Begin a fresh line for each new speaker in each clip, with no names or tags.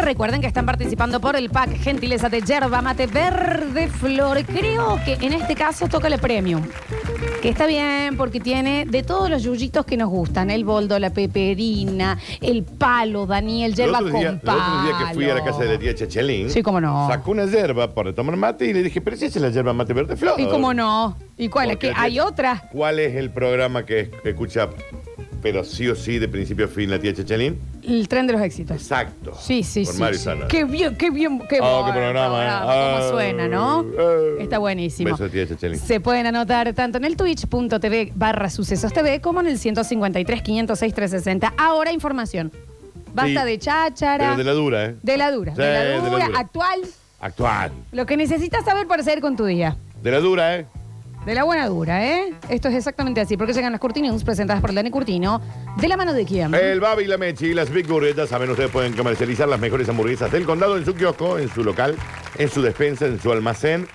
Recuerden que están participando por el pack Gentileza de Yerba Mate Verde Flor. Creo que en este caso toca el premium. Que está bien porque tiene de todos los yuyitos que nos gustan. El boldo, la peperina, el palo, Daniel,
El
yerba
otro día-
con
el otro día
palo.
que fui a la casa de la tía Chachelín,
Sí, cómo no.
sacó una yerba para tomar mate y le dije, pero si esa es la yerba mate verde flor.
Y cómo no. ¿Y cuál?
Porque
¿Que hay
la-
otra?
¿Cuál es el programa que es- que escucha, pero sí o sí, de principio a fin, la tía Chachelín?
El tren de los éxitos.
Exacto.
Sí, sí,
Con
sí.
Mario
sí.
Salas.
Qué bien, qué bien, qué
Oh,
bueno
qué programa, ¿eh?
¿Cómo
Ah,
suena, no?
eh.
Está buenísimo.
Beso, tía Chachelín.
Se pueden anotar tanto en el twitch.tv barra sucesos TV como en el 153 506 360. Ahora información. Basta
Sí.
de cháchara.
Pero de la dura, ¿eh?
de la dura.
Sí,
de la
de la
dura,
dura.
Actual.
Actual.
Lo que necesitas saber para seguir con tu día.
De la dura, ¿eh?
De la buena dura, ¿eh? Esto es exactamente así. Porque llegan las Curtinews presentadas por Dani Curtino. ¿De la mano de quién?
El Babi, la Mechi y las Big Burger, ya saben, ustedes pueden comercializar las mejores hamburguesas del condado en su kiosco, en su local, en su despensa, en su almacén.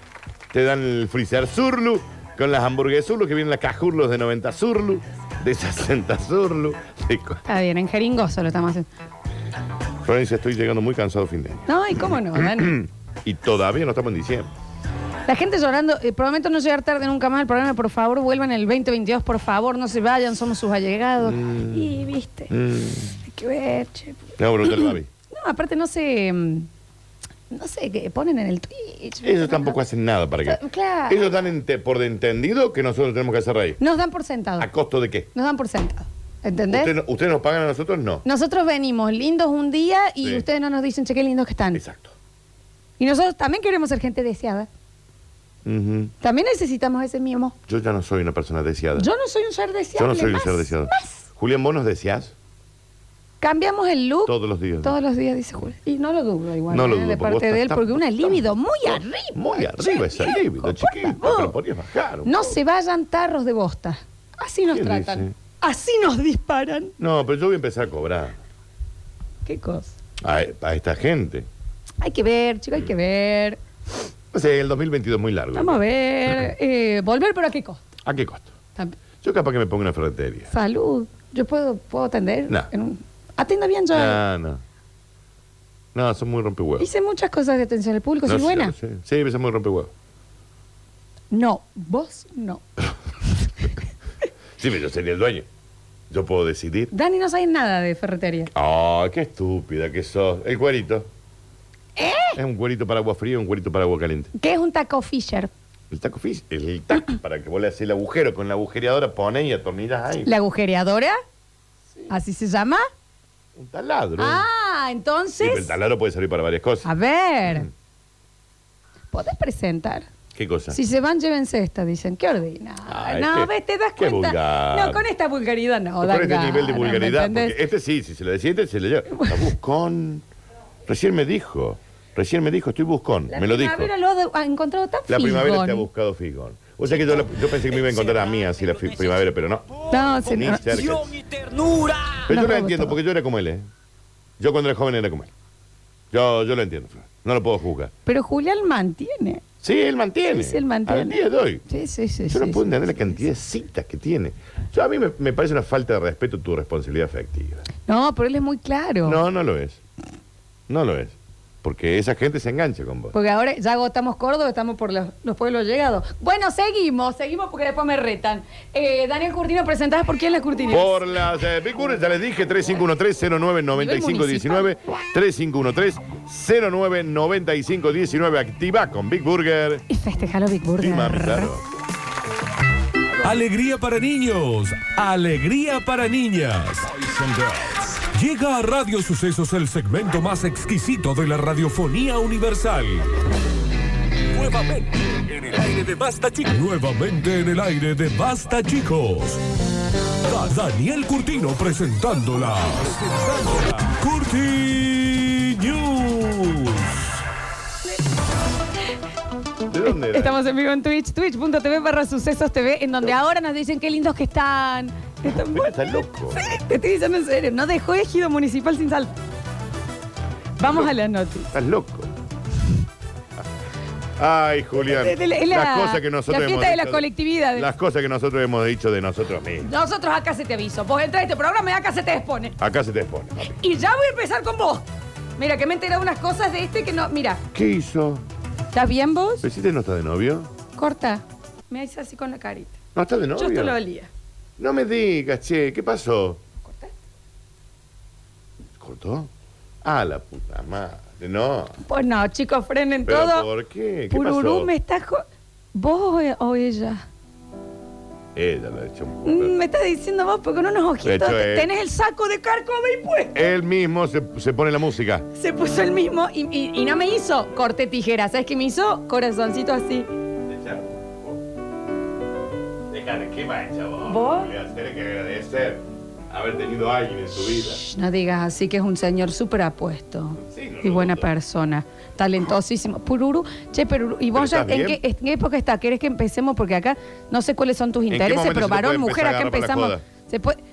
Te dan el freezer Zurlu con las hamburguesas Zurlu, que vienen las cajurlos de 90 Zurlu, de 60 Zurlu. de cu-
Está bien, en jeringoso lo estamos haciendo.
Florencia, estoy llegando muy cansado fin de año.
No, ¿y cómo no, Dani?
Y todavía no estamos en diciembre.
La gente llorando, eh, prometo no llegar tarde nunca más al programa, por favor, vuelvan el 2022, por favor, no se vayan, somos sus allegados.
Mm.
Y viste, hay que ver, che.
Le voy a preguntar al Babi.
No, aparte no se. mm, No sé, que ponen en el Twitch.
Ellos tampoco hacen nada para que.
Claro.
Ellos dan ente- por de entendido que nosotros tenemos que hacer reír.
Nos dan por sentado.
¿A costo de qué?
Nos dan por sentado. ¿Entendés?
¿Ustedes no- ustedes nos pagan a nosotros? No.
Nosotros venimos lindos un día y
Sí.
ustedes no nos dicen, che, qué lindos que están.
Exacto.
Y nosotros también queremos ser gente deseada.
Ujú.
También necesitamos ese mimo.
Yo ya no soy una persona deseada.
Yo no soy un ser deseado.
Yo no soy un ser deseado. Julián, ¿vos nos deseás?
Cambiamos el look
Todos los días.
todos los días, dice Julio. Y no lo dudo igual.
No lo
¿eh?
dudo,
De
porque
parte
vos
de él,
estás-
porque una
estás-
libido muy
No,
arriba.
Muy
che,
arriba esa
viejo,
líbido,
por
chiquito.
favor.
Pero podrías bajar. un
No
poco.
se vayan tarros de bosta. Así nos
¿Quién
tratan.
dice?
Así nos disparan.
No, pero yo voy a empezar a cobrar
Qué cosa.
a, a esta gente.
Hay que ver, chicos, hay que ver.
No sé, el 2022 es muy largo.
Vamos a ver. Eh, volver, pero a qué costo.
¿A qué costo?
Tamp-
Yo capaz que me pongo una ferretería.
Salud. Yo puedo, puedo atender.
No.
en un- Atiendo bien yo.
No, no. No, son muy rompehuevos.
Hice muchas cosas de atención al público.
No
¿Soy
sé,
buena?
no sé. Sí, pero son muy rompehuevos.
No, vos no.
Sí, pero yo sería el dueño. Yo puedo decidir.
Dani, no sabes nada de ferretería.
Ah, qué estúpida que sos. El cuerito. ¿Eh? Es un cuerito para agua fría y un cuerito para agua caliente.
¿Qué es un taco Fisher?
El taco fish, el taco, para que vos le haces el agujero con la agujereadora, pones y atornillas ahí.
¿La agujereadora? ¿Así se llama?
Un taladro.
Ah,
Sí, Mm. pero el
entonces.
taladro puede servir para varias cosas.
A ver. ¿Podés presentar?
¿Qué cosa?
Si se van, llévense esta, dicen. Qué ordinario.
Ay,
no,
qué-
ves, te das
Ah, este, qué
cuenta.
vulgar.
No, con esta vulgaridad no.
Con
dan
este
ganas,
nivel de
¿me
vulgaridad.
entendés?
Porque este sí, si se lo decía, este se le lleva. Está buscón. Recién me dijo. Recién me dijo, estoy buscón.
La
eh, me lo dijo.
primavera lo ha ha encontrado tan
La primavera
figón.
te ha buscado figón. O sea que yo, la- yo pensé que me iba a encontrar a mí así la fi- primavera, pero no.
No, se
Ni
no.
cerca.
Pasión y ternura.
Pero
Nos
yo lo
robó
entiendo,
todo.
porque yo era como él, ¿eh? Yo cuando era joven era como él. Yo, yo lo entiendo, Flor. No lo puedo juzgar.
Pero Julián mantiene.
Sí, él mantiene.
Sí, sí, él mantiene.
Al día de hoy.
Sí, sí, sí.
Yo no
sí,
puedo
sí,
entender la
sí,
cantidad de citas que tiene. Yo, a mí me, me parece una falta de respeto tu responsabilidad afectiva.
sí. No, pero él es muy claro.
No, no lo es. No lo es. Porque esa gente se engancha con vos.
Porque ahora ya agotamos Córdoba, estamos por los, los pueblos llegados. Bueno, seguimos, seguimos porque después me retan. Eh, Daniel Curtino, presentadas por quién las Curtinas.
Por las eh, Big Burger, ya les dije, 3513-099519. 3513-099519. Activa con Big Burger.
Y festejalo Big
Sí,
Burger.
mami, claro.
Alegría para niños, alegría para niñas. Llega a Radio Sucesos el segmento más exquisito de la radiofonía universal. Nuevamente en el aire de Basta Chicos. Nuevamente en el aire de Basta Chicos. Da- Daniel Curtino presentándola. Curti News.
¿De dónde era?
Estamos en vivo en Twitch, twitch.tv barra sucesos TV, en donde ahora nos dicen qué lindos que están. Están buenos.
Mira, Está loco.
Te estoy diciendo en serio, no dejó ejido municipal sin sal. Vamos a la noticias.
Estás loco. Ay, Julián.
Es la- es la-
las cosas que nosotros
la
hemos
fiesta de la
dicho
colectividad.
Las cosas que nosotros hemos dicho de nosotros mismos.
Nosotros acá se te aviso. Vos entras a este programa y acá se te expone.
Acá se te expone, papi.
Y ya voy a empezar con vos. Mira, que me he enterado unas cosas de este que no. Mira,
¿Qué hizo?
¿estás bien vos?
¿Pesite no está de novio?
Corta. Me hice así con la carita.
¿No está de
Yo esto lo
novio?
olía.
No me digas, che, ¿qué pasó?
Corta.
¿Cortó? Ah, la puta madre, no.
Pues no, chicos, frenen
¿Pero
todo.
por qué? ¿Qué
Pururú
pasó?
me está. jo- ¿Vos o, e- o ella?
Ella lo ha hecho un
Mm,
poco.
Me está diciendo vos, porque con unos ojitos
hecho,
te-
eh.
tenés el saco de carcome y pues.
Él mismo se, se pone la música.
Se puso el mismo y, y- y no me hizo corte tijera. ¿Sabes qué me hizo? Corazoncito así.
Déjale, ¿qué mancha vos?
¿Vos?
Le tenés que agradecer haber tenido a alguien en su vida.
Shh, No digas así que es un señor súper apuesto
Sí, no
y
lo
buena
dudo.
persona, talentosísimo. Pururu, che, pero ¿y vos
¿Pero
ya
estás
en
bien?
qué, en qué época está? ¿Querés que empecemos? Porque acá no sé cuáles son tus
qué
intereses,
momento
pero
se te
varón,
puede
mujer, acá
empezar a agarrar la
empezamos. Se puede-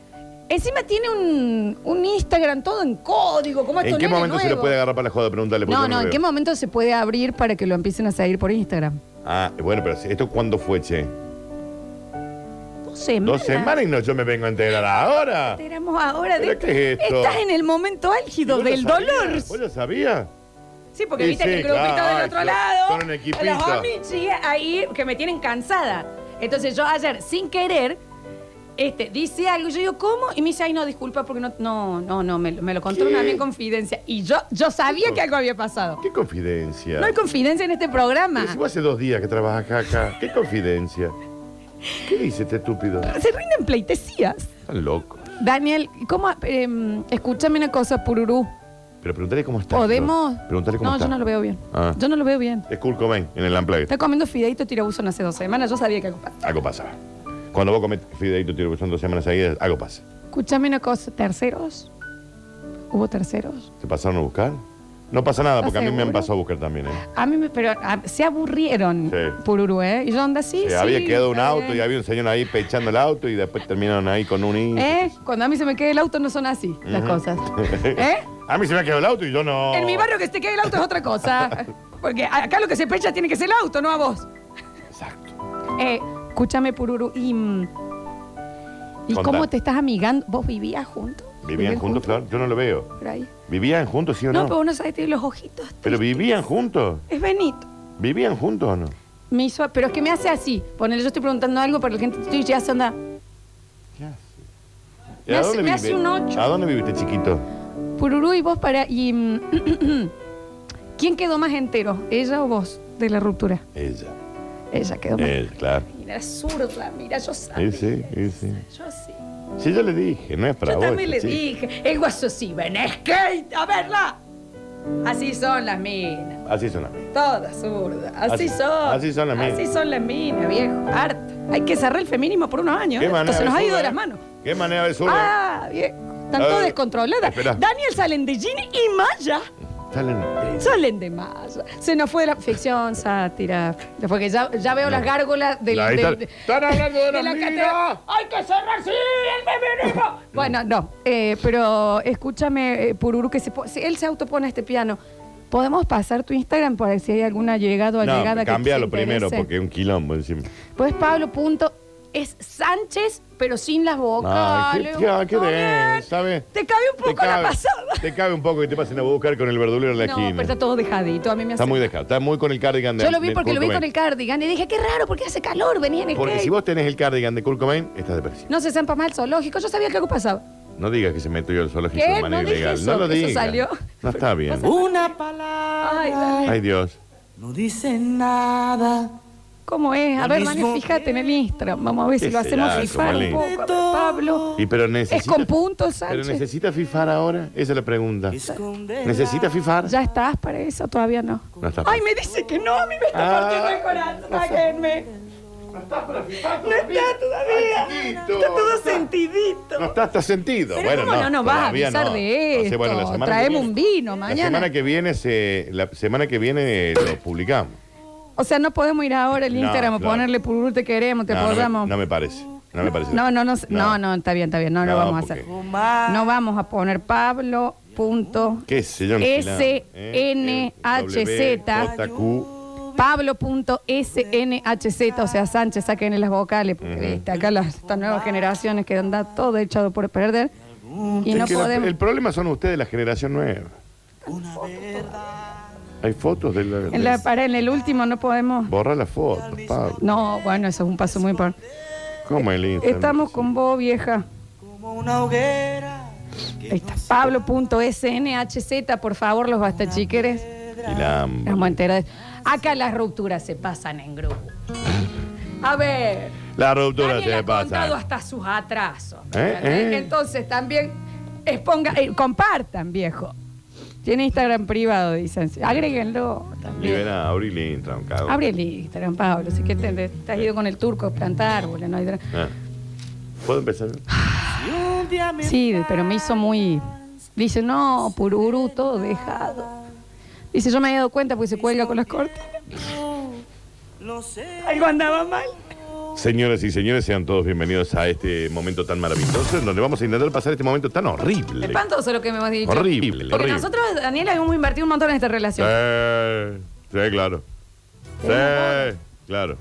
Encima tiene un, un Instagram todo en código. ¿Cómo
¿En qué momento se lo puede agarrar para la joda? Pregúntale. porque
No,
yo
no,
lo
¿en qué
veo.
momento se puede abrir para que lo empiecen a seguir por Instagram?
Ah, bueno, pero ¿esto cuándo fue, che?
Dos semanas.
Dos semanas y no yo me vengo a enterar ahora.
Enteramos ahora de
¿Pero qué es esto?
Estás en el momento álgido
¿Vos lo
del
sabías?
dolor.
¿Vos lo sabías?
Sí, porque
Sí,
viste que el
sí,
grupito
claro,
del otro
ay,
lado.
son un equipito.
Los amichis ahí que me tienen cansada. Entonces yo ayer, sin querer, este, dice algo, yo digo, ¿cómo? Y me dice, ay, no, disculpa, porque no, no, no, no, me, lo- me lo contó
¿Qué?
una amiga en confidencia. Y yo, yo sabía que algo había pasado.
¿Qué confidencia?
No hay confidencia en este programa.
Pero si vos hace dos días que trabajas acá, ¿qué confidencia? ¿Qué dice este estúpido?
Se rinden pleitesías.
Están loco.
Daniel, ¿cómo? em, escúchame una cosa, Pururú.
Pero pregúntale cómo está.
¿Podemos?
Pregúntale cómo
no,
está.
yo no lo veo bien.
Ah.
Yo no lo veo bien.
Es Kurt Cobain en el Unplugged.
Está comiendo fideito tirabuzón hace dos semanas. Yo sabía que algo pasaba.
Algo pasa. Cuando vos comes fideito tiro son dos semanas seguidas, algo pasa.
Escúchame una cosa, terceros. ¿Hubo terceros?
¿Se pasaron a buscar? No pasa nada,
¿Estás
porque a mí me han
seguro?
pasado a buscar también, ¿eh?
A mí me, pero a- se aburrieron
Sí.
Pururú, ¿eh? Y yo anda así.
Eh,
sí,
había quedado un
está
auto y
bien.
había un señor ahí pechando el auto y después terminaron ahí con un hijo.
¿Eh? Cuando a mí se me quede el auto no son así las cosas. ¿Eh?
A mí se me ha quedado el auto y yo no.
En mi barrio que se te quede el auto es otra cosa. Porque acá lo que se pecha tiene que ser el auto, no a vos.
Exacto.
Eh, escúchame, Pururú. ¿Y, mm, ¿y
Contá.
cómo te estás amigando? ¿Vos vivías juntos?
¿Vivían juntos, Flor? Yo no lo veo.
Por ahí.
¿Vivían juntos, sí o
No,
no?
pero uno sabe tiene los ojitos.
Pero
tristes.
vivían juntos.
Es Benito.
¿Vivían juntos o no?
Me hizo, pero es que me hace así. Ponele, yo estoy preguntando algo para la gente. Estoy ya se anda.
¿Qué hace?
Me hace- me hace un ocho.
¿A dónde viviste, chiquito?
Pururú y vos para. Y, mm, ¿Quién quedó más entero? ¿Ella o vos de la ruptura?
Ella.
Ella quedó más.
Él, claro.
Mira, es zurda, mira, yo sabía.
Eh. Sí, sí, sí, sí.
Yo sí.
Sí, yo le dije, no es para
yo
vos. este
también le
sí.
dije. El guaso sí, ven skate, a verla. Así son las minas.
Así son las mías.
Todas zurdas. Así,
Así-
son.
así son las minas.
Así son las minas, viejo. Harta. Hay que cerrar el feminismo por unos años.
¿Qué
¿eh? Esto
manera
se
de
nos ha ido
zurda,
de
eh?
las manos.
¿Qué manera de zurda?
Ah, bien. Están
A
todas
ver,
descontroladas.
espera.
Daniel salen de Gini y Maya.
Salen.
Salen de Maya. Se nos fue de la ficción, sátira. Porque ya, ya veo las gárgolas del.
Ahí
del-
están. ¡Están hablando de las minas!
catedral. ¡Hay que cerrar, sí! ¡El feminismo! bueno, no. eh, pero escúchame, eh, Pururu, que se po- si él se autopone a este piano. ¿Podemos pasar tu Instagram para ver si hay alguna llegada o
No,
llegada que
cambialo
te
primero
interese?
porque es un quilombo encima.
Pues Pablo, punto. Es Sánchez, pero sin las
Ay,
vocales.
qué, qué, qué
Daniel,
bien, ¿sabes?
Te cabe un poco la pasada.
Te cabe un poco que te pasen a buscar con el verdulero en la
no,
esquina.
pero está todo dejadito. A mí me hace.
Está muy dejado, está muy con el cardigan de
Yo lo vi
de
porque lo vi
Kurt
con el
Cobain.
cardigan y dije, qué raro, porque hace calor, venía en el
Porque
skate.
si vos tenés el cardigan de Kurt Cobain, estás depresivo.
No se zampa mal zoológico, yo sabía que algo pasaba.
No digas que se metió yo al zoológico
¿Qué?
de manera
No dije
ilegal.
eso,
no lo
eso
digas.
salió.
No está bien.
Una palabra
Ay, Dani,
Ay, Dios.
no dice nada.
¿cómo es? A
Lo
ver,
mismo.
Dani, fíjate en el Instagram. Vamos a ver si
¿Qué
lo hacemos
será,
rifar un
Somalí?
poco. A ver, Pablo.
Y pero
Es
necesita.
con puntos,
pero
Sánchez.
necesita fifar ahora. Esa es la pregunta.
Esconde
¿Necesita fifar?
¿Ya estás para eso? Todavía no.
No está.
Ay, me dice que no, a mí me está
Ah.
partiendo el corazón, sáquenme.
No estás para fifar
No está todavía. Está todo sentidito.
No está, está sentido.
Pero
bueno,
¿cómo no,
no,
nos vas a
todavía
avisar
no.
de
No sé,
esto?
bueno, la semana que
Traemos
viene-
un vino
La
mañana.
semana que viene se, la semana que viene lo publicamos.
O sea, no podemos ir ahora al
No,
Instagram a
claro.
ponerle purú, te queremos, te
no, no me-
apoyamos.
no me parece. No me parece.
No, no, no, no, no, está bien, está bien, no, lo
No,
vamos a
porque-
hacer. No vamos a poner Pablo punto
¿Qué sé yo? no sé nada.
S
Eh,
N H Z
W, JQ.
Pablo punto S N H Z, o sea, Sánchez, saquen las vocales, porque viste, acá las estas nuevas generaciones que anda todo echado por perder y
Es
no
que la-
podemos.
el problema son ustedes, la generación nueva.
una verdad.
Hay fotos de la. de-
En la para en el último no podemos.
Borra las fotos, Pablo.
No, bueno, eso es un paso muy importante.
¿Cómo el Instagram?
Estamos con vos, vieja.
Como una hoguera.
Ahí está. Pablo.snhz, por favor, los bastachiqueres.
Quilombo.
Las monteras. Acá las rupturas se pasan en grupo. A ver.
La ruptura
Daniel
se
ha contado
pasa.
hasta sus atrasos.
¿Eh?
¿entendés?
¿Eh?
Entonces también exponga, eh, compartan, viejo. Tiene Instagram privado, dicen. Agréguenlo también.
Libera, abrí el Instagram, cabrón.
Abre el Instagram, Pablo. Si que te, te- te has ido con el turco a plantar árboles. No hay dra-
Ah. ¿Puedo empezar?
Y un día me
Sí, pero me hizo muy. Dice, no, pururu, todo dejado. Dice, yo me había dado cuenta porque se cuelga con las cortes.
lo sé.
Algo andaba mal.
Señoras y señores, sean todos bienvenidos a este momento tan maravilloso en donde vamos a intentar pasar este momento tan horrible.
Espantoso lo que me has dicho.
Horrible,
Porque
horrible.
nosotros, Daniel, habíamos invertido un montón en esta relación.
Sí, sí, claro. Sí, claro.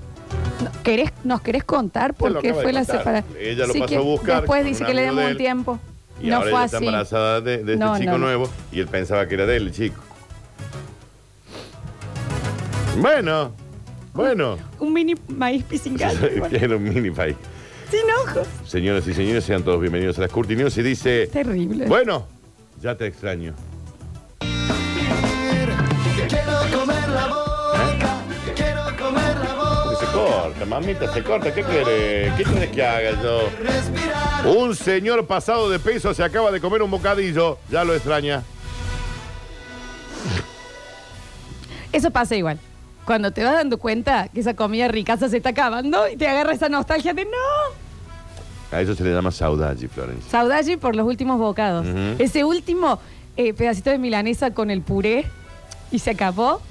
No, ¿querés- ¿Nos querés contar
Ya lo
por qué
acaba de
fue la
contar.
separación?
Ella lo pasó a buscar
Después
con
dice
un
que le
amigo
demos
de
un
él.
tiempo.
Y
no fue
ahora ella
así.
está embarazada de, de este
No,
chico
no, no.
nuevo y él pensaba que era de él, el chico. Bueno, bueno.
Un mini maíz pisingal. bueno,
Era un mini país.
sin ojos.
Señoras y señores, sean todos bienvenidos a las Curti News y dice...
Terrible.
Bueno, ya te extraño. Porque ¿Eh? Se corta, mamita, se corta. ¿Qué quieres? ¿Qué quieres que haga yo? Un señor pasado de peso se acaba de comer un bocadillo. Ya lo extraña.
Eso pasa igual. Cuando te vas dando cuenta que esa comida ricaza se está acabando y te agarra esa nostalgia de no.
A eso se le llama saudade, Florencia.
Saudade por los últimos bocados.
Ujú.
Ese último eh, pedacito de milanesa con el puré y se acabó.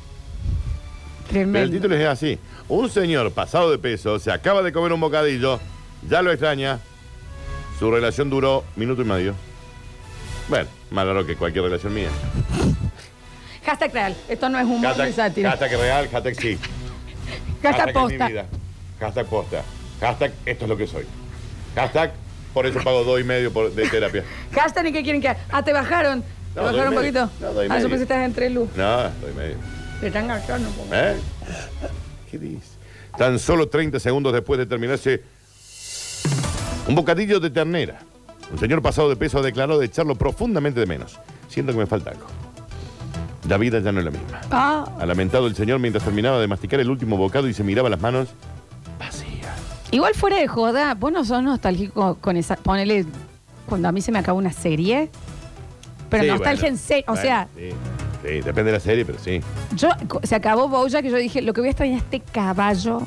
Pero el
Tremendo.
título es así. Un señor pasado de peso se acaba de comer un bocadillo. Ya lo extraña. Su relación duró minuto y medio. Bueno, más raro que cualquier relación mía.
Hashtag real. Esto no es humor ni
Hashtag,
sátira.
hashtag real, hashtag sí.
Hashtag
en mi
posta.
vida. Hashtag posta. Hashtag esto es lo que soy. Hashtag por eso pago dos y medio por- de terapia.
Hashtag y qué quieren que haga? Ah, te bajaron. ¿Te
No, doy
bajaron un
medio.
poquito?
No, doy
ah, yo
medio.
pensé que estás en tres luz.
No, dos y medio.
Te están gastando un poco.
¿Eh? ¿Qué dices? Tan solo 30 segundos después de terminarse un bocadillo de ternera. Un señor pasado de peso declaró de echarlo profundamente de menos. Siento que me falta algo. La vida ya no es la misma.
Ah,
Ha lamentado el señor mientras terminaba de masticar el último bocado y se miraba las manos vacías.
igual fuera de joda, vos no sos nostálgico con esa. Ponele cuando a mí se me acaba una serie. Pero
Sí,
nostalgia
bueno.
en serio. O
Bueno,
sea,
Sí, sí, depende de la serie, pero sí.
yo co- se acabó Bojack que yo dije, lo que voy a extrañar es este caballo.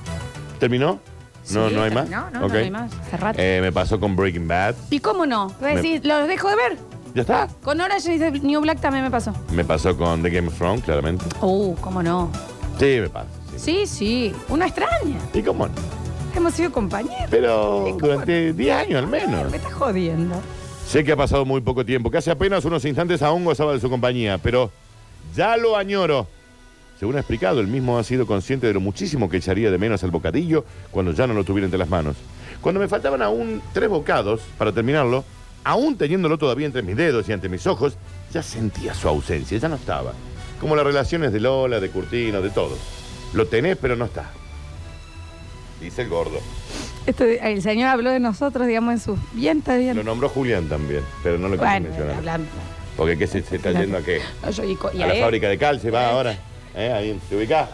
¿Terminó? No,
Sí,
no hay
terminó,
más.
no, no, no
Ok.
hay más. Hace rato.
Eh, me pasó con Breaking Bad.
¿Y cómo no? Voy a
Me-
decir, los dejo de ver.
¿Ya está?
Con Orange is the New Black también me pasó.
Me pasó con The Game of Thrones, claramente.
Uh, cómo no.
Sí, me pasa. sí.
Sí, sí. Una extraña.
¿Y cómo no?
Hemos sido compañeros.
Pero
¿Y cómo
durante 10 años al menos.
Me estás jodiendo.
Sé que ha pasado muy poco tiempo, que hace apenas unos instantes aún gozaba de su compañía, pero ya lo añoro. Según ha explicado, el mismo ha sido consciente de lo muchísimo que echaría de menos el bocadillo cuando ya no lo tuviera entre las manos. Cuando me faltaban aún tres bocados para terminarlo, aún teniéndolo todavía entre mis dedos y ante mis ojos, ya sentía su ausencia, ya no estaba. Como las relaciones de Lola, de Curtino, de todos. Lo tenés, pero no está. Dice el gordo.
Esto, el señor habló de nosotros, digamos, en sus... Bien, está bien.
Lo nombró Julián también, pero no lo quiso
bueno,
mencionar.
hablando.
Porque ¿qué se, se está yendo a qué?
No, yo- y, co- y
a la
él.
fábrica de cal se va ahora. ¿Eh? Ahí te ubicás.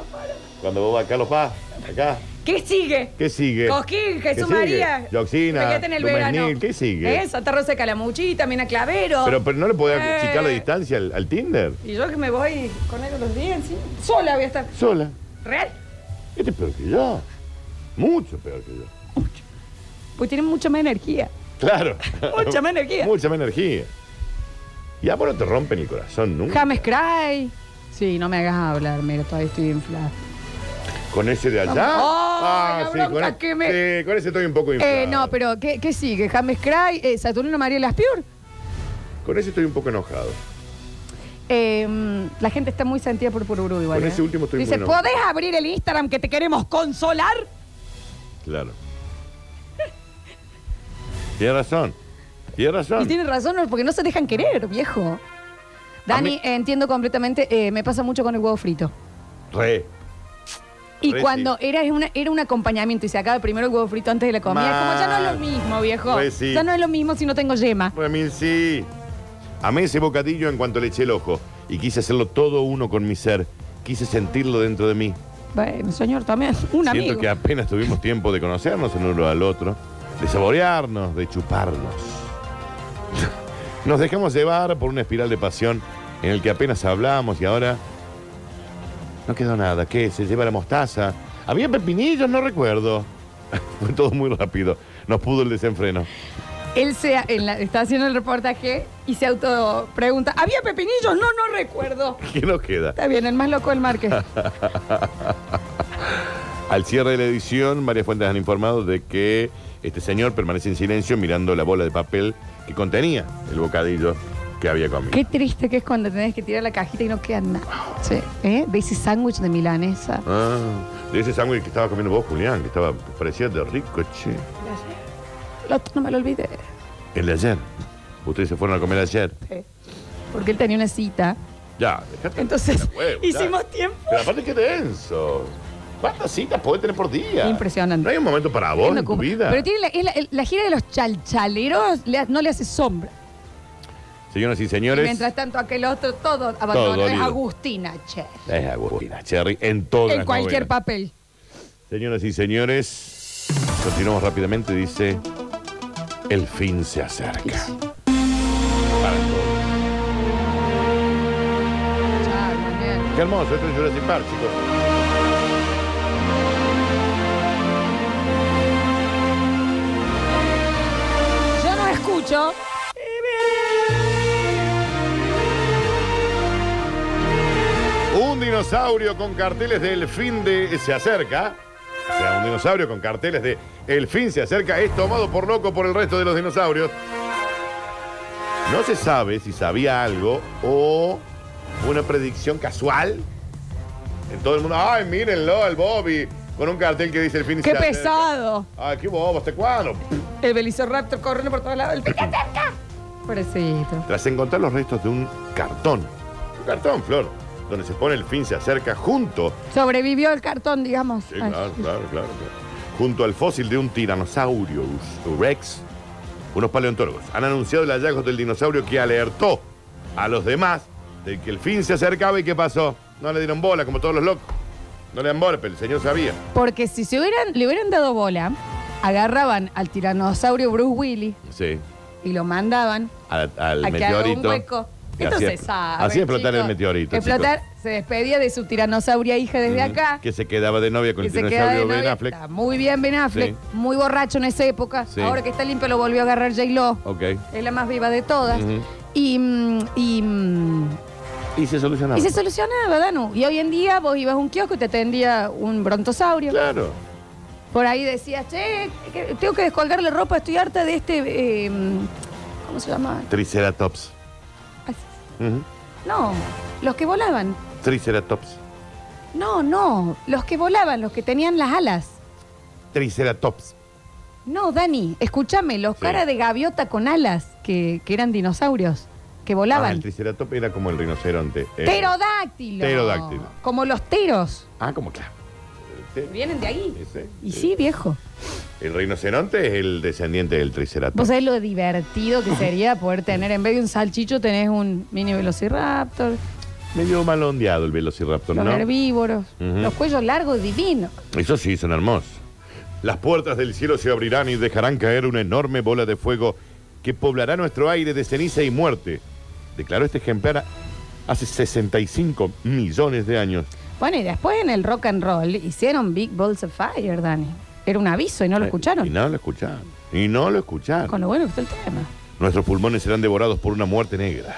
Cuando vos vas acá los vas, acá.
¿Qué sigue?
¿Qué sigue?
Cosquín,
¿Qué
Jesús
sigue?
María.
Yoxina,
Fíjate en el
Lumenil,
verano.
¿qué sigue?
¿Eh? Santa Rosa de Calamuchita, Mina Clavero.
Pero, pero no le podés
Eh.
achicar la distancia al, al Tinder.
Y yo que me voy con él los días, ¿sí? Sola voy a estar.
Sola.
¿Real?
Este es peor que yo. Mucho peor que yo.
Pues tienen mucha más energía.
Claro.
Mucha más energía.
Mucha más energía. Y a vos no te rompen el corazón nunca.
James Cray. Sí, no me hagas hablar, mira, todavía estoy inflada.
Con ese de allá.
Oh, la
con,
bronca
e-
que me-
sí, con ese estoy un poco inflado.
Eh, no, pero ¿qué, qué sigue? James Cray, eh, Saturnino María Laspiur.
Con ese estoy un poco enojado.
Eh, mm, la gente está muy sentida por Pururú igual.
Con
¿eh?
ese último estoy
Dice,
muy enojado.
¿podés abrir el Instagram que te queremos consolar?
Claro. Tiene razón. Tiene
Y
razón.
tiene razón, porque no se dejan querer, viejo. Dani,
A mí-
eh, entiendo completamente, eh, me pasa mucho con el huevo frito.
Re.
Y
Re,
cuando era, es una, era un acompañamiento y se acaba primero el huevo frito antes de la comida, es como ya no es lo
Mal.
mismo, viejo.
Re, sí.
Ya no es lo mismo si no tengo yema.
Para mí Pues, sí. Amé ese bocadillo en cuanto le eché el ojo. Y quise hacerlo todo uno con mi ser. Quise sentirlo dentro de mí.
Bueno, señor, también. Un
Siento
amigo.
que apenas tuvimos tiempo de conocernos el uno al otro, de saborearnos, de chuparnos. Nos dejamos llevar por una espiral de pasión en el que apenas hablamos y ahora no quedó nada. ¿Qué? ¿Se lleva la mostaza? ¿Había pepinillos? No recuerdo. Fue todo muy rápido. Nos pudo el desenfreno.
Él se, en la- está haciendo el reportaje y se auto pregunta, ¿había pepinillos? No, no recuerdo.
¿Qué nos queda?
Está bien, el más loco del Marqués.
Al cierre de la edición, varias fuentes han informado de que este señor permanece en silencio mirando la bola de papel que contenía el bocadillo que había comido.
Qué triste que es cuando tenés que tirar la cajita y no queda nada. Sí, ¿eh? De ese sándwich de milanesa.
Ah, de ese sándwich que estaba comiendo vos, Julián, que estaba, parecía de rico, che.
El otro no me lo olvidé.
El de ayer. Ustedes se fueron a comer ayer.
Sí. Porque él tenía una cita.
Ya, dejate.
Entonces,
de huevo, ya.
hicimos tiempo.
Pero aparte, qué denso. ¿Cuántas citas podés tener por día?
Impresionante.
No hay un momento para vos
No
en tu
cumple.
vida.
Pero tiene la, es la- el- la gira de los chalchaleros le ha- no le hace sombra.
Señoras y
Y
señores.
mientras tanto aquel otro todo abandonó. es
dolido.
Agustina, che.
Es Agustina Cherry en todas
En
las
cualquier
novelas.
papel.
Señoras y señores, continuamos rápidamente. Dice: El fin se acerca. Para todos.
Ya, Daniel.
Qué hermoso, esto es Jurassic Park, chicos.
Yo no escucho.
Un dinosaurio con carteles de El fin de se acerca. O sea, un dinosaurio con carteles de El fin se acerca es tomado por loco por el resto de los dinosaurios. No se sabe si sabía algo o una predicción casual. En todo el mundo, ay, mírenlo, el Bobby, con un cartel que dice el fin
Qué
se acerca.
pesado.
Ay, qué bobo, ¿hasta cuándo?
El Velociraptor corriendo por todos lados. El pica, pica. Pobrecito.
Tras encontrar los restos de un cartón. Un cartón, Flor, donde se pone el fin se acerca junto
Sobrevivió el cartón, digamos.
Sí,
Ay.
claro, claro, claro, claro. Junto al fósil de un tiranosaurio rex, unos paleontólogos han anunciado el hallazgo del dinosaurio que alertó a los demás de que el fin se acercaba y ¿qué pasó? No le dieron bola, como todos los locos. No le dan bola, pero el señor sabía.
Porque si se hubieran, le hubieran dado bola, agarraban al tiranosaurio Bruce Willis
Sí.
y lo mandaban
Al, al
a que haga un
meteorito.
hueco.
Y
Esto se
hacía-
sabe.
Hacía explotar
chicos.
el meteorito.
Explotar,
chicos.
se despedía de su tiranosauria hija desde acá.
Que se quedaba de novia con
que
el
se queda de
dinosaurio Ben
novia.
Affleck.
Está muy bien Ben Affleck.
Sí.
Muy borracho en esa época.
Sí.
Ahora que está limpio lo volvió a agarrar J-Lo.
Ok.
Es la más viva de todas.
Ujú.
Y, mm, y, mm,
Y se solucionaba.
y se solucionaba, Danu. Y hoy en día vos ibas a un kiosco y te atendía un brontosaurio.
Claro.
Por ahí decías, che, que- tengo que descolgar la ropa, estoy harta de este. eh, ¿Cómo se llama?
Triceratops. Ujú.
No, los que volaban.
Triceratops.
No, no, los que volaban, los que tenían las alas.
Triceratops.
No, Dani, escúchame, los
Sí.
cara de gaviota con alas, que, que eran dinosaurios, que
Ah, el
volaban.
triceratops era como el rinoceronte. Eh,
Pterodáctilo.
Pterodáctilo.
Como los teros.
Ah, como claro. Este,
Vienen de ahí.
ese,
Y
eh,
sí, viejo.
El rinoceronte es el descendiente del
Vos
triceratops.
sabés lo divertido que sería poder tener, en vez de un salchicho, tenés un mini velociraptor,
Medio mal ondeado el velociraptor,
los
¿no?
herbívoros,
Ujú.
los cuellos largos divinos.
Eso sí, son hermosos. Las puertas del cielo se abrirán y dejarán caer una enorme bola de fuego que poblará nuestro aire de ceniza y muerte. Declaró este ejemplar hace 65 millones de años.
Bueno, y después en el rock and roll hicieron Big Balls of Fire, Dani. Era un aviso y no lo escucharon.
Y no lo escucharon. Y no lo escucharon.
Con lo bueno que está el tema.
Nuestros pulmones serán devorados por una muerte negra.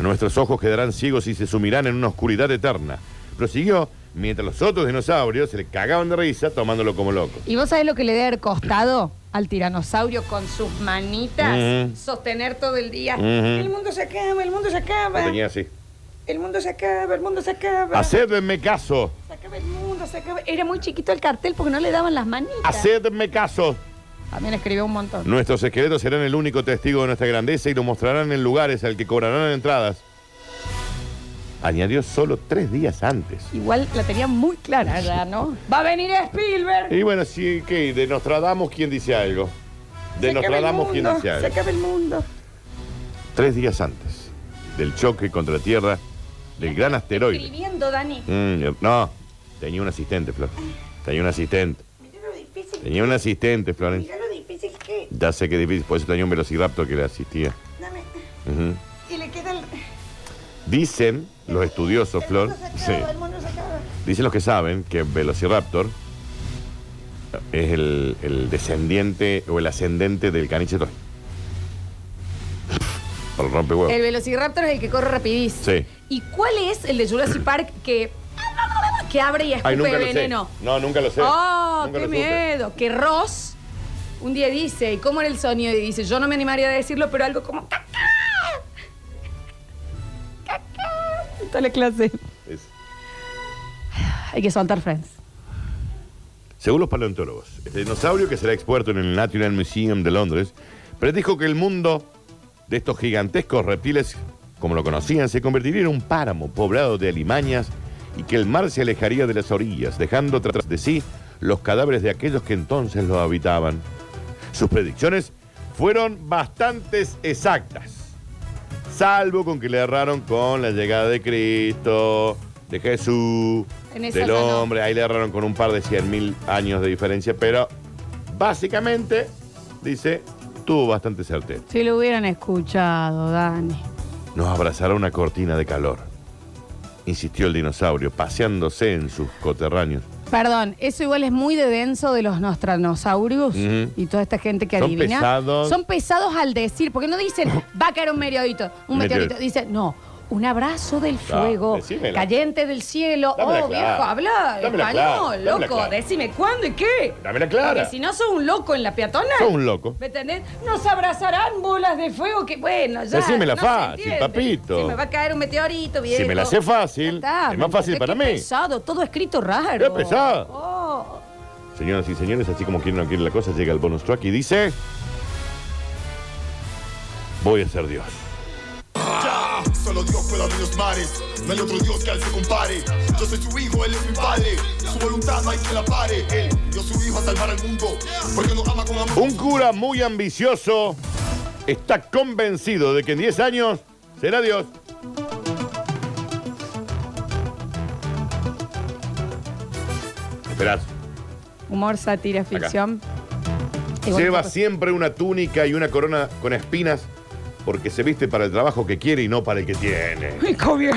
Nuestros ojos quedarán ciegos y se sumirán en una oscuridad eterna. Prosiguió mientras los otros dinosaurios se le cagaban de risa tomándolo como loco.
¿Y vos sabés lo que le debe haber costado al tiranosaurio con sus manitas
Mm.
sostener todo el día?
Ujú.
El mundo se acaba, el mundo se acaba.
Lo tenía así.
El mundo se acaba, el mundo se acaba.
Hacedme caso,
Se acaba el mundo, se acaba. Era muy chiquito el cartel porque no le daban las manitas.
hacedme caso.
También escribió un montón.
Nuestros esqueletos serán el único testigo de nuestra grandeza y lo mostrarán en lugares al que cobrarán entradas. añadió solo tres días antes.
Igual la tenía muy clara ya, ¿no? ¡Va a venir Spielberg!
Y bueno, sí, que de Nostradamus, ¿quién dice algo?
Se acaba
De
el
Nostradamus, ¿quién
mundo,
dice
Se
algo?
acaba el mundo.
Tres días antes del choque contra Tierra del gran asteroide.
Escribiendo, Dani.
Mm, no, tenía un asistente, Flor. Tenía un asistente. Tenía un asistente, Florencia.
Mira lo difícil que es.
Ya sé que es difícil, por eso tenía un velociraptor que le asistía.
Dame.
Ujú.
Y le queda el.
Dicen los estudiosos,
el
Flor,
mono sacado,
sí,
El mono sacado.
dicen los que saben que Velociraptor es el, el descendiente o el ascendente del caniche Toy. El rompehuevos.
El Velociraptor es el que corre rapidísimo.
Sí.
¿Y cuál es el de Jurassic Park que, que abre y escupe
Ay, nunca lo sé.
veneno?
No, nunca lo sé.
¡Oh, qué
Nunca lo supe.
miedo! Que Ross un día dice, ¿y cómo era el sonido? Y dice, yo no me animaría a decirlo, pero algo como... ¡Cacá! ¡Cacá! Está la clase.
Es-
Hay que soltar Friends.
Según los paleontólogos, este dinosaurio que será expuesto en el Natural Museum de Londres predijo que el mundo de estos gigantescos reptiles, como lo conocían, se convertiría en un páramo poblado de alimañas y que el mar se alejaría de las orillas, dejando tras de sí los cadáveres de aquellos que entonces lo habitaban. Sus predicciones fueron bastantes exactas, salvo con que le erraron con la llegada de Cristo, de Jesús,
En esa
del
ya no.
hombre. Ahí le erraron con un par de 100.000 mil años de diferencia, pero básicamente, dice, tuvo bastante certeza.
Si lo hubieran escuchado, Dani.
Nos abrazará una cortina de calor, insistió el dinosaurio, paseándose en sus coterráneos.
Perdón, eso igual es muy de denso de los nostranosaurios
Ujú.
y toda esta gente que
Son
adivina.
pesados.
Son pesados al decir, porque no dicen va a caer un meteorito, un meteorito.
Meteorito.
Dicen, no, un abrazo del fuego,
decímela.
cayente del cielo.
Dámela
oh,
clara.
viejo, habla
Dámela
español,
clara, dámela
loco.
clara.
Decime cuándo y qué.
Dámela clara.
Porque si no, sos un loco en la peatona.
Sos un loco.
¿Me entendés? Nos abrazarán bolas de fuego que, bueno, ya.
Decímela
no se
fácil,
entiende.
papito.
Si me va a caer un meteorito, viejo.
me la sé fácil,
Ya está,
es
¿me
más fácil
entendés?
para
Qué
mí.
pesado, todo escrito raro.
¡Qué pesado!
Oh.
Señoras y señores, así como quieren o no quieren la cosa, llega el bonus track y dice... Voy a ser Dios.
Ya, solo Dios puede abrir los mares. No hay otro Dios que al se compare. Yo soy su hijo, él es mi padre. Su voluntad no hay que la pare. Él dio su hijo a salvar al mundo. Porque nos ama con amor.
Un cura muy ambicioso está convencido de que en 10 años será Dios. Esperad.
Humor, sátira, ficción. Y bueno,
Lleva
pues,
siempre una túnica y una corona con espinas porque se viste para el trabajo que quiere y no para el que tiene.
¡Pico bien!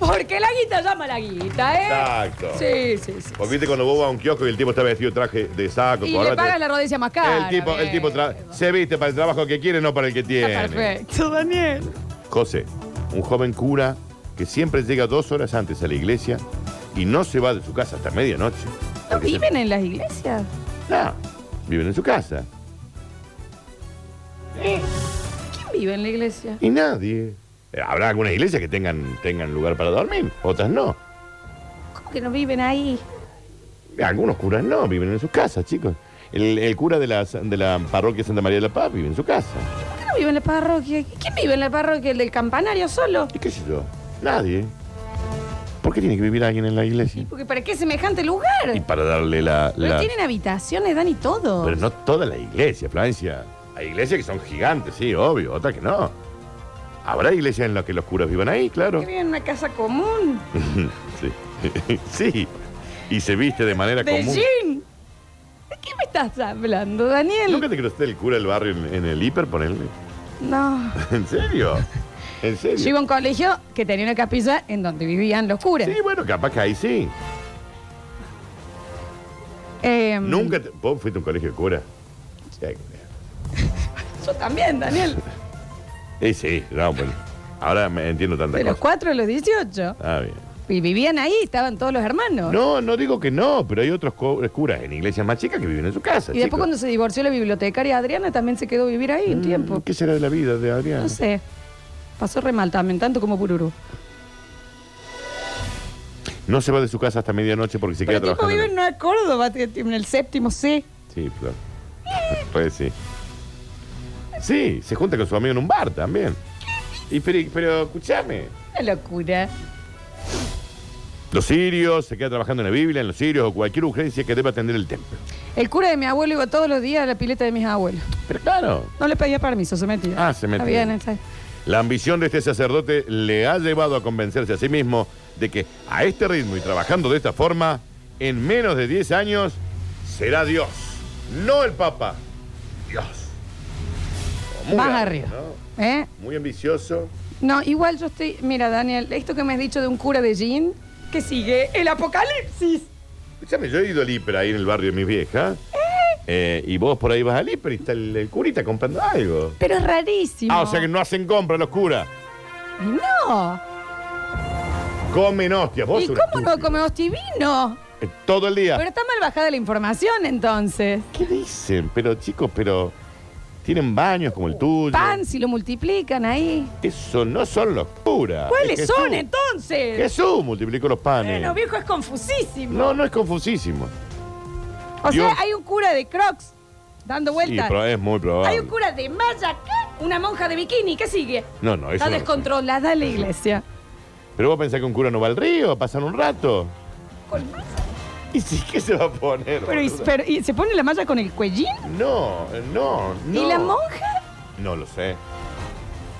Porque la guita llama a la guita, ¿eh?
Exacto.
Sí, sí, sí.
Porque viste cuando vos vas a un kiosco y el tipo está vestido de traje de saco,
Y
corbata.
le pagas la rodilla más cara.
El tipo, el tipo tra-
viejo.
se viste para el trabajo que quiere, no para el que tiene.
Está perfecto, Daniel.
José, un joven cura que siempre llega dos horas antes a la iglesia y no se va de su casa hasta medianoche.
¿No
Porque se-
viven en las iglesias?
No, viven en su casa.
¿Quién vive en la iglesia?
Y nadie. Eh, Habrá algunas iglesias que tengan, tengan lugar para dormir, otras no.
¿Cómo que no viven ahí?
Algunos curas no, viven en sus casas, chicos. El, el cura de la, de la parroquia Santa María de la Paz vive en su casa.
¿Por qué no vive en la parroquia? ¿Quién vive en la parroquia? ¿El del campanario solo?
¿Y qué sé yo? Nadie. ¿Por qué tiene que vivir alguien en la
¿Y
iglesia?
porque para qué semejante lugar?
Y para darle la...
Pero
la-
tienen habitaciones, Dani, todo.
Pero no toda la iglesia, Florencia. Hay iglesias que son gigantes, sí, obvio, otras que no. Habrá iglesias en las que los curas vivan ahí, claro.
Que viven en una casa común.
Sí. sí. Y se viste de manera
De
común.
jean. ¿De qué me estás hablando, Daniel?
¿Nunca te cruzaste el cura del barrio en, en el hiper, ponerle?
No.
¿En serio? ¿En
Yo
serio?
iba a un colegio que tenía una capilla en donde vivían los curas.
Sí, bueno, capaz que ahí sí.
Eh,
Nunca te... ¿Vos fuiste a un colegio de cura? Sí,
Yo también, Daniel.
Eh, sí, no, bueno. Ahora me entiendo tantas
De los
cosas.
4 a los 18.
Ah, bien.
Y vivían ahí, estaban todos los hermanos.
No, no digo que no, pero hay otros co- curas en iglesias más chicas que viven en su casa.
y después
chicos.
cuando se divorció la bibliotecaria Adriana también se quedó a vivir
Mm.
ahí un tiempo.
¿Qué será de la vida de Adrián?
No sé. Pasó re mal también, tanto como Pururu.
No se va de su casa hasta medianoche porque se
Pero
queda
el tipo
trabajando.
vive en Nueva Córdoba, en el séptimo C.
Sí, Flor. Pues sí. Sí, se junta con su amigo en un bar también. Y pero, pero escúchame.
Una locura.
Los sirios, se queda trabajando en la Biblia, en los sirios o cualquier urgencia que deba atender el templo.
El cura de mi abuelo iba todos los días a la pileta de mis abuelos.
Pero claro,
No le pedía permiso, se metía.
Ah, se metía.
Está bien, está-
la ambición de este sacerdote le ha llevado a convencerse a sí mismo de que a este ritmo y trabajando de esta forma, en menos de 10 años, será Dios. No el Papa, Dios. Muy
Más
grande,
arriba.
¿no?
¿Eh?
Muy ambicioso.
No, igual yo estoy. Mira, Daniel, esto que me has dicho de un cura de jean, que sigue el apocalipsis.
Escúchame, yo he ido al hiper ahí en el barrio de mis viejas. Eh, y vos por ahí vas al hiper y está el, el curita comprando algo.
Pero es rarísimo.
Ah, o sea que no hacen compra los curas.
No.
Comen hostias. Vos
¿Y
sos un
cómo no
estúpido.
come vino?
Eh, Todo el día.
Pero está mal bajada la información entonces.
¿Qué dicen? Pero chicos, pero tienen baños como el tuyo.
Pan, si lo multiplican ahí.
Eso no son los curas.
¿Cuáles
Ah, Es
son
Jesús.
entonces?
Jesús multiplicó los panes.
Bueno, viejo, es confusísimo.
no, no es confusísimo.
o
Dios.
sea, hay un cura de Crocs dando
Sí,
vueltas.
pero es muy probable.
hay un cura de malla acá, una monja de bikini. ¿Qué sigue?
No, no, eso
Está
no lo
descontrolada la iglesia.
Pero vos pensás que un cura no va al río, pasan un rato.
Con malla.
¿Y si qué se va a poner?
Pero, y-
boludo?
pero, ¿y ¿Se pone la malla con el cuellín?
No, no, no.
¿Y la monja?
No lo sé.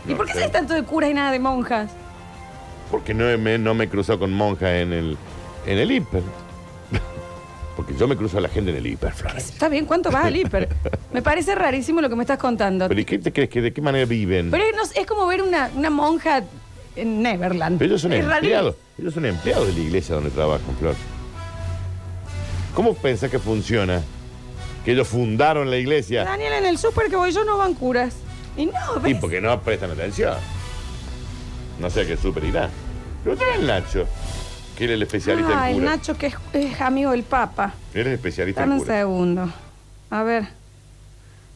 ¿Y
No
por
lo
qué
sé.
se tanto de curas y nada de monjas?
Porque no me, no me he cruzado con monjas en el, en el hiper. Porque yo me cruzo a la gente en el hiper, Florencia.
Está bien, ¿cuánto vas al hiper? Me parece rarísimo lo que me estás contando.
¿Pero y qué te crees? que ¿De qué manera viven?
Pero es, no sé, es como ver una, una monja en Neverland.
Pero ellos son
Es rarísimo.
empleados. Ellos son empleados de la iglesia donde trabajan, Flor. ¿Cómo pensás que funciona? Que ellos fundaron la iglesia.
Daniel, en el súper que voy yo no van curas. Y no,
Y
¿ves?
porque no prestan atención. No sé a qué super irá. Pero trae el Nacho, que él es el especialista
Ah,
en
el
cura.
Nacho que es, es amigo del Papa.
Él es especialista
Dame
en
un
cura.
segundo. A ver.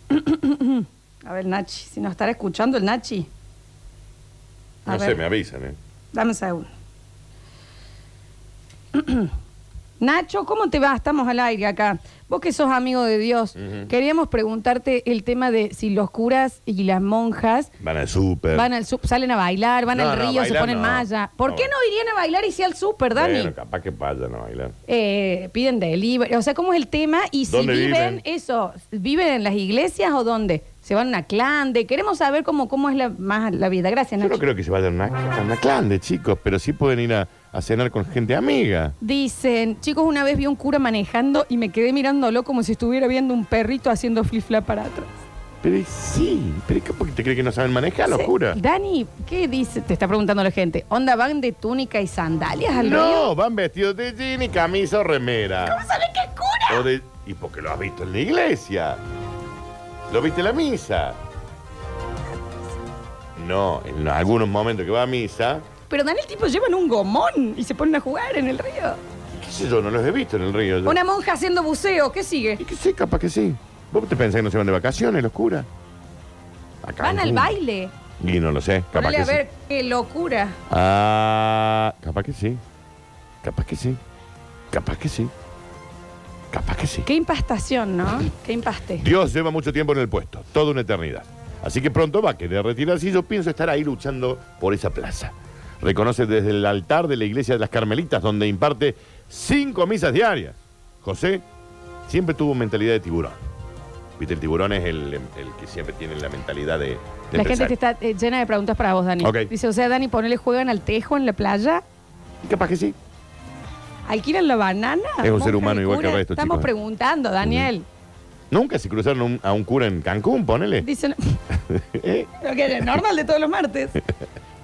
A ver, Nachi, si nos estará escuchando el Nachi. A
No
ver,
sé, me avisan, ¿eh?
dame un segundo. Nacho, ¿cómo te va? Estamos al aire acá. Vos que sos amigo de Dios, queríamos preguntarte el tema de si los curas y las monjas
Van al súper.
Van al sup- salen a bailar, van
Eh. No,
al
no,
río, se
bailar
ponen
no.
malla. ¿Por
No.
qué no irían a bailar y sí al súper, Dani?
Bueno, capaz que vayan a bailar.
Eh, piden delivery. O sea, ¿cómo es el tema? Y si
¿Dónde
viven,
viven?
eso, ¿viven en las iglesias o dónde? ¿Se van a una clande? Queremos saber cómo, cómo es la, más la vida. Gracias,
Yo
Nacho.
no creo que se vayan a una, a una clan de chicos, pero sí pueden ir a, a cenar con gente amiga.
Dicen, chicos, una vez vi un cura manejando y me quedé mirándolo como si estuviera viendo un perrito haciendo flip-flap para atrás.
Pero y sí, pero ¿y qué? ¿Por qué te crees que no saben manejar? Locura.
Dani, ¿qué dice? Te está preguntando la gente. ¿Onda van de túnica y sandalias al río?
No, van vestidos de jean y camisa o remera.
¿Sabes qué cura?
O de- y porque lo has visto en la iglesia. Lo viste en la misa. No, en algunos momentos que va a misa,
Pero Daniel, tipo, llevan un gomón y se ponen a jugar en el río.
qué sé yo, no los he visto en el río. yo.
Una monja haciendo buceo, ¿qué
Y
sigue?
que sí, capaz que sí. ¿Vos te pensás que no se van de vacaciones, los curas? A
Van al
Cancún.
baile.
Y no lo sé, capaz
Ponele
que
a
sí.
ver qué locura.
Ah, capaz que sí. Capaz que sí. Capaz que sí. Capaz que sí.
Qué impastación, ¿no? Qué impaste.
Dios lleva mucho tiempo en el puesto, toda una eternidad. Así que pronto va a querer retirarse y yo pienso estar ahí luchando por esa plaza. Reconoce desde el altar de la iglesia de las Carmelitas, donde imparte cinco misas diarias. José siempre tuvo mentalidad de tiburón. Viste, el tiburón es el, el que siempre tiene la mentalidad de. de
La gente
empresario.
que está eh, llena de preguntas para vos, Dani.
Ok.
Dice, o sea, Dani, ponele juegan al tejo en la playa,
Y Capaz que sí.
alquilan la banana.
Es un
Monja
ser humano
de
igual que el
cura.
resto,
Estamos
chicos.
preguntando, Daniel.
Nunca se cruzaron un- a un cura en Cancún, ponele.
Dicen,
¿Eh?
lo que es normal de todos los martes.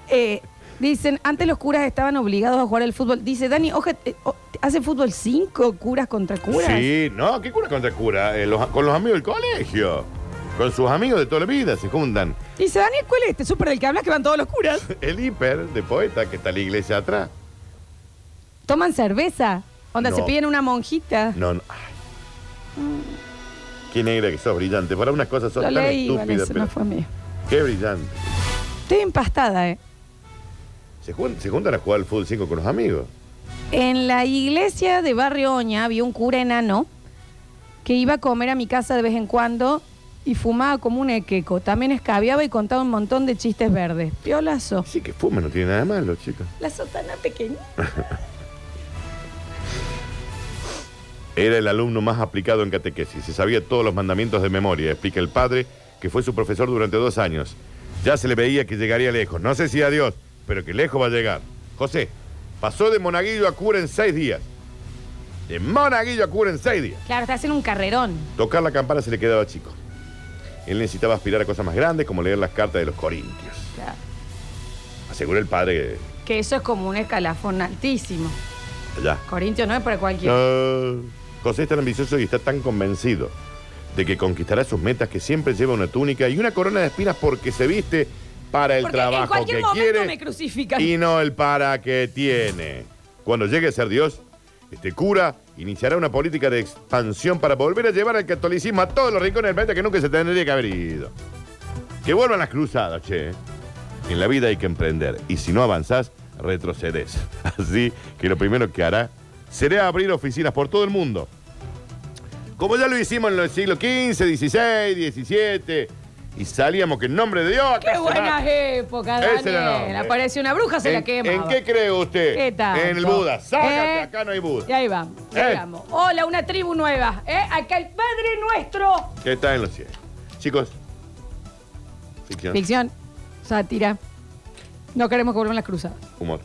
Eh, dicen, antes los curas estaban obligados a jugar al fútbol. Dice, Dani, oje, eh, o- ¿hace fútbol cinco curas contra curas?
Sí, no, ¿qué cura contra cura? Eh, los- con los amigos del colegio. Con sus amigos de toda la vida se juntan.
Dice, Daniel, ¿cuál es este súper del que hablas que van todos los curas?
El hiper de poeta que está la iglesia atrás.
¿Toman cerveza? Onda,
No.
se piden una monjita.
No, no. ay. Qué negra que sos brillante. Para unas cosas sos
Lo
tan
leí,
estúpida,
Vanessa,
pero
no fue mío.
qué brillante.
Estoy empastada, ¿eh?
Se, jun- se juntan a jugar al fútbol 5 con los amigos.
En la iglesia de Barrio Oña había un cura enano que iba a comer a mi casa de vez en cuando y fumaba como un equeco. También escabiaba y contaba un montón de chistes verdes. Piolazo.
Sí, que fuma, no tiene nada de malo, chicos.
La sotana pequeña.
Era el alumno más aplicado en catequesis. Se sabía todos los mandamientos de memoria, explica el padre, que fue su profesor durante dos años. Ya se le veía que llegaría lejos. No sé si a Dios, pero que lejos va a llegar. José, pasó de monaguillo a cura en seis días. De monaguillo a cura en seis días.
Claro, está haciendo un carrerón.
Tocar la campana se le quedaba chico. Él necesitaba aspirar a cosas más grandes, como leer las cartas de los corintios.
Claro.
Asegura el padre
Que eso es como un escalafón altísimo.
que allá.
Corintio no es para cualquiera.
No. José es tan ambicioso y está tan convencido de que conquistará sus metas que siempre lleva una túnica y una corona de espinas porque se viste para el
Porque en
trabajo
cualquier
que
momento
quiere
me crucifican.
y no el para que tiene. Cuando llegue a ser Dios, este cura iniciará una política de expansión para volver a llevar al catolicismo a todos los rincones del planeta que nunca se tendría que haber ido. Que vuelvan las cruzadas, che. En la vida hay que emprender y si no avanzás, retrocedes. Así que lo primero que hará será abrir oficinas por todo el mundo. Como ya lo hicimos en los siglos XV, XVI, XVII, y salíamos que en nombre de Dios... acá
Qué
se va.
buenas épocas,
Ese era
Daniel.
nombre.
Aparece una bruja, se
¿En,
la quema.
¿En qué cree usted?
¿Qué tal?
En el Buda. Sácate,
Eh.
acá no hay
Y
Buda.
ahí vamos, ya
Eh.
vamos. Hola, una tribu nueva. ¿eh? Acá el Padre Nuestro.
Que está en los cielos. Chicos, ficción,
Ficción, sátira. No queremos que vuelvan las cruzadas.
humor.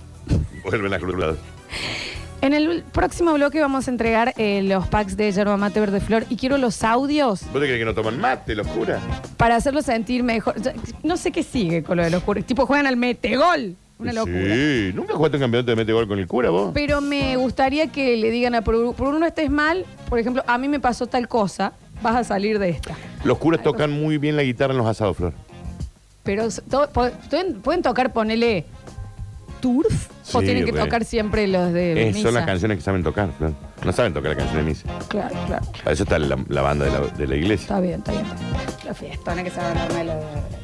Vuelven las cruzadas.
En el próximo bloque vamos a entregar eh, los packs de yerba mate verde flor y quiero los audios
¿Vos te crees que no toman mate, locura?
para hacerlos sentir mejor. Ya, No sé qué sigue con lo de los curas. Tipo, juegan al metegol. Una locura.
Sí, nunca jugaste un campeonato de mete gol con el cura vos.
Pero me gustaría que le digan a Por uno estés mal, por ejemplo, a mí me pasó tal cosa, vas a salir de esta.
Los curas tocan muy bien la guitarra en los asados, Flor.
Pero s- to- po- pueden, pueden tocar, ponele turf, o
Sí,
tienen que
re.
tocar siempre los de
Eh,
misa.
son las canciones que saben tocar, Flor. No saben tocar la canción de misa.
Claro, claro.
Para eso está la, la banda de la, de la iglesia.
Está bien, está bien. La fiestona que se va a armar en la,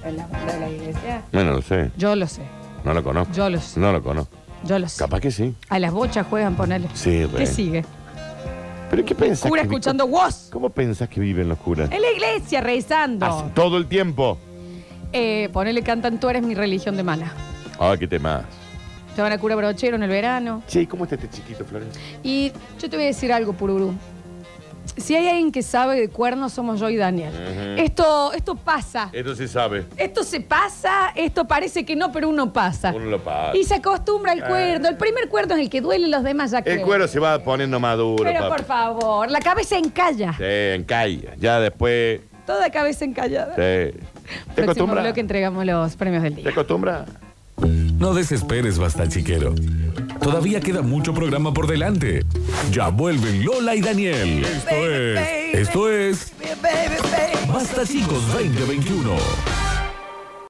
en la banda de la iglesia.
Bueno, lo sé.
Yo lo sé,
No lo conozco.
Yo lo sé.
No lo conozco.
yo lo sé.
Capaz que sí.
A las bochas juegan, ponele.
Sí, re.
¿Qué sigue?
Pero ¿qué pensás?
Cura
que vi-
escuchando voz.
¿Cómo pensás que viven los curas?
En la iglesia,
Así,
rezando.
todo el tiempo.
Eh, ponele, cantan, tú eres mi religión de mala.
Ah, qué temas.
Te van a cura brochero en el verano.
Che, ¿cómo está este chiquito, Florencia?
Y yo te voy a decir algo, Pururú. Si hay alguien que sabe de cuernos, somos yo y Daniel. Esto, esto pasa.
Esto sí sabe.
Esto se pasa, esto parece que no, pero uno pasa.
Uno lo pasa.
Ah. Y se acostumbra al
Eh.
cuerno. El primer cuerno es el que duele, los demás ya
El
creen.
cuero se va poniendo maduro,
Pero
papi.
por favor, la cabeza encalla.
Sí, encalla. Ya después.
Toda cabeza encallada.
Sí. ¿Te
Próximo
acostumbras?
bloque entregamos los premios del
¿Te
día.
acostumbras?
No desesperes, basta chiquero. Todavía queda mucho programa por delante. Ya vuelven Lola y Daniel. Esto es. Esto es. Basta chicos 2021.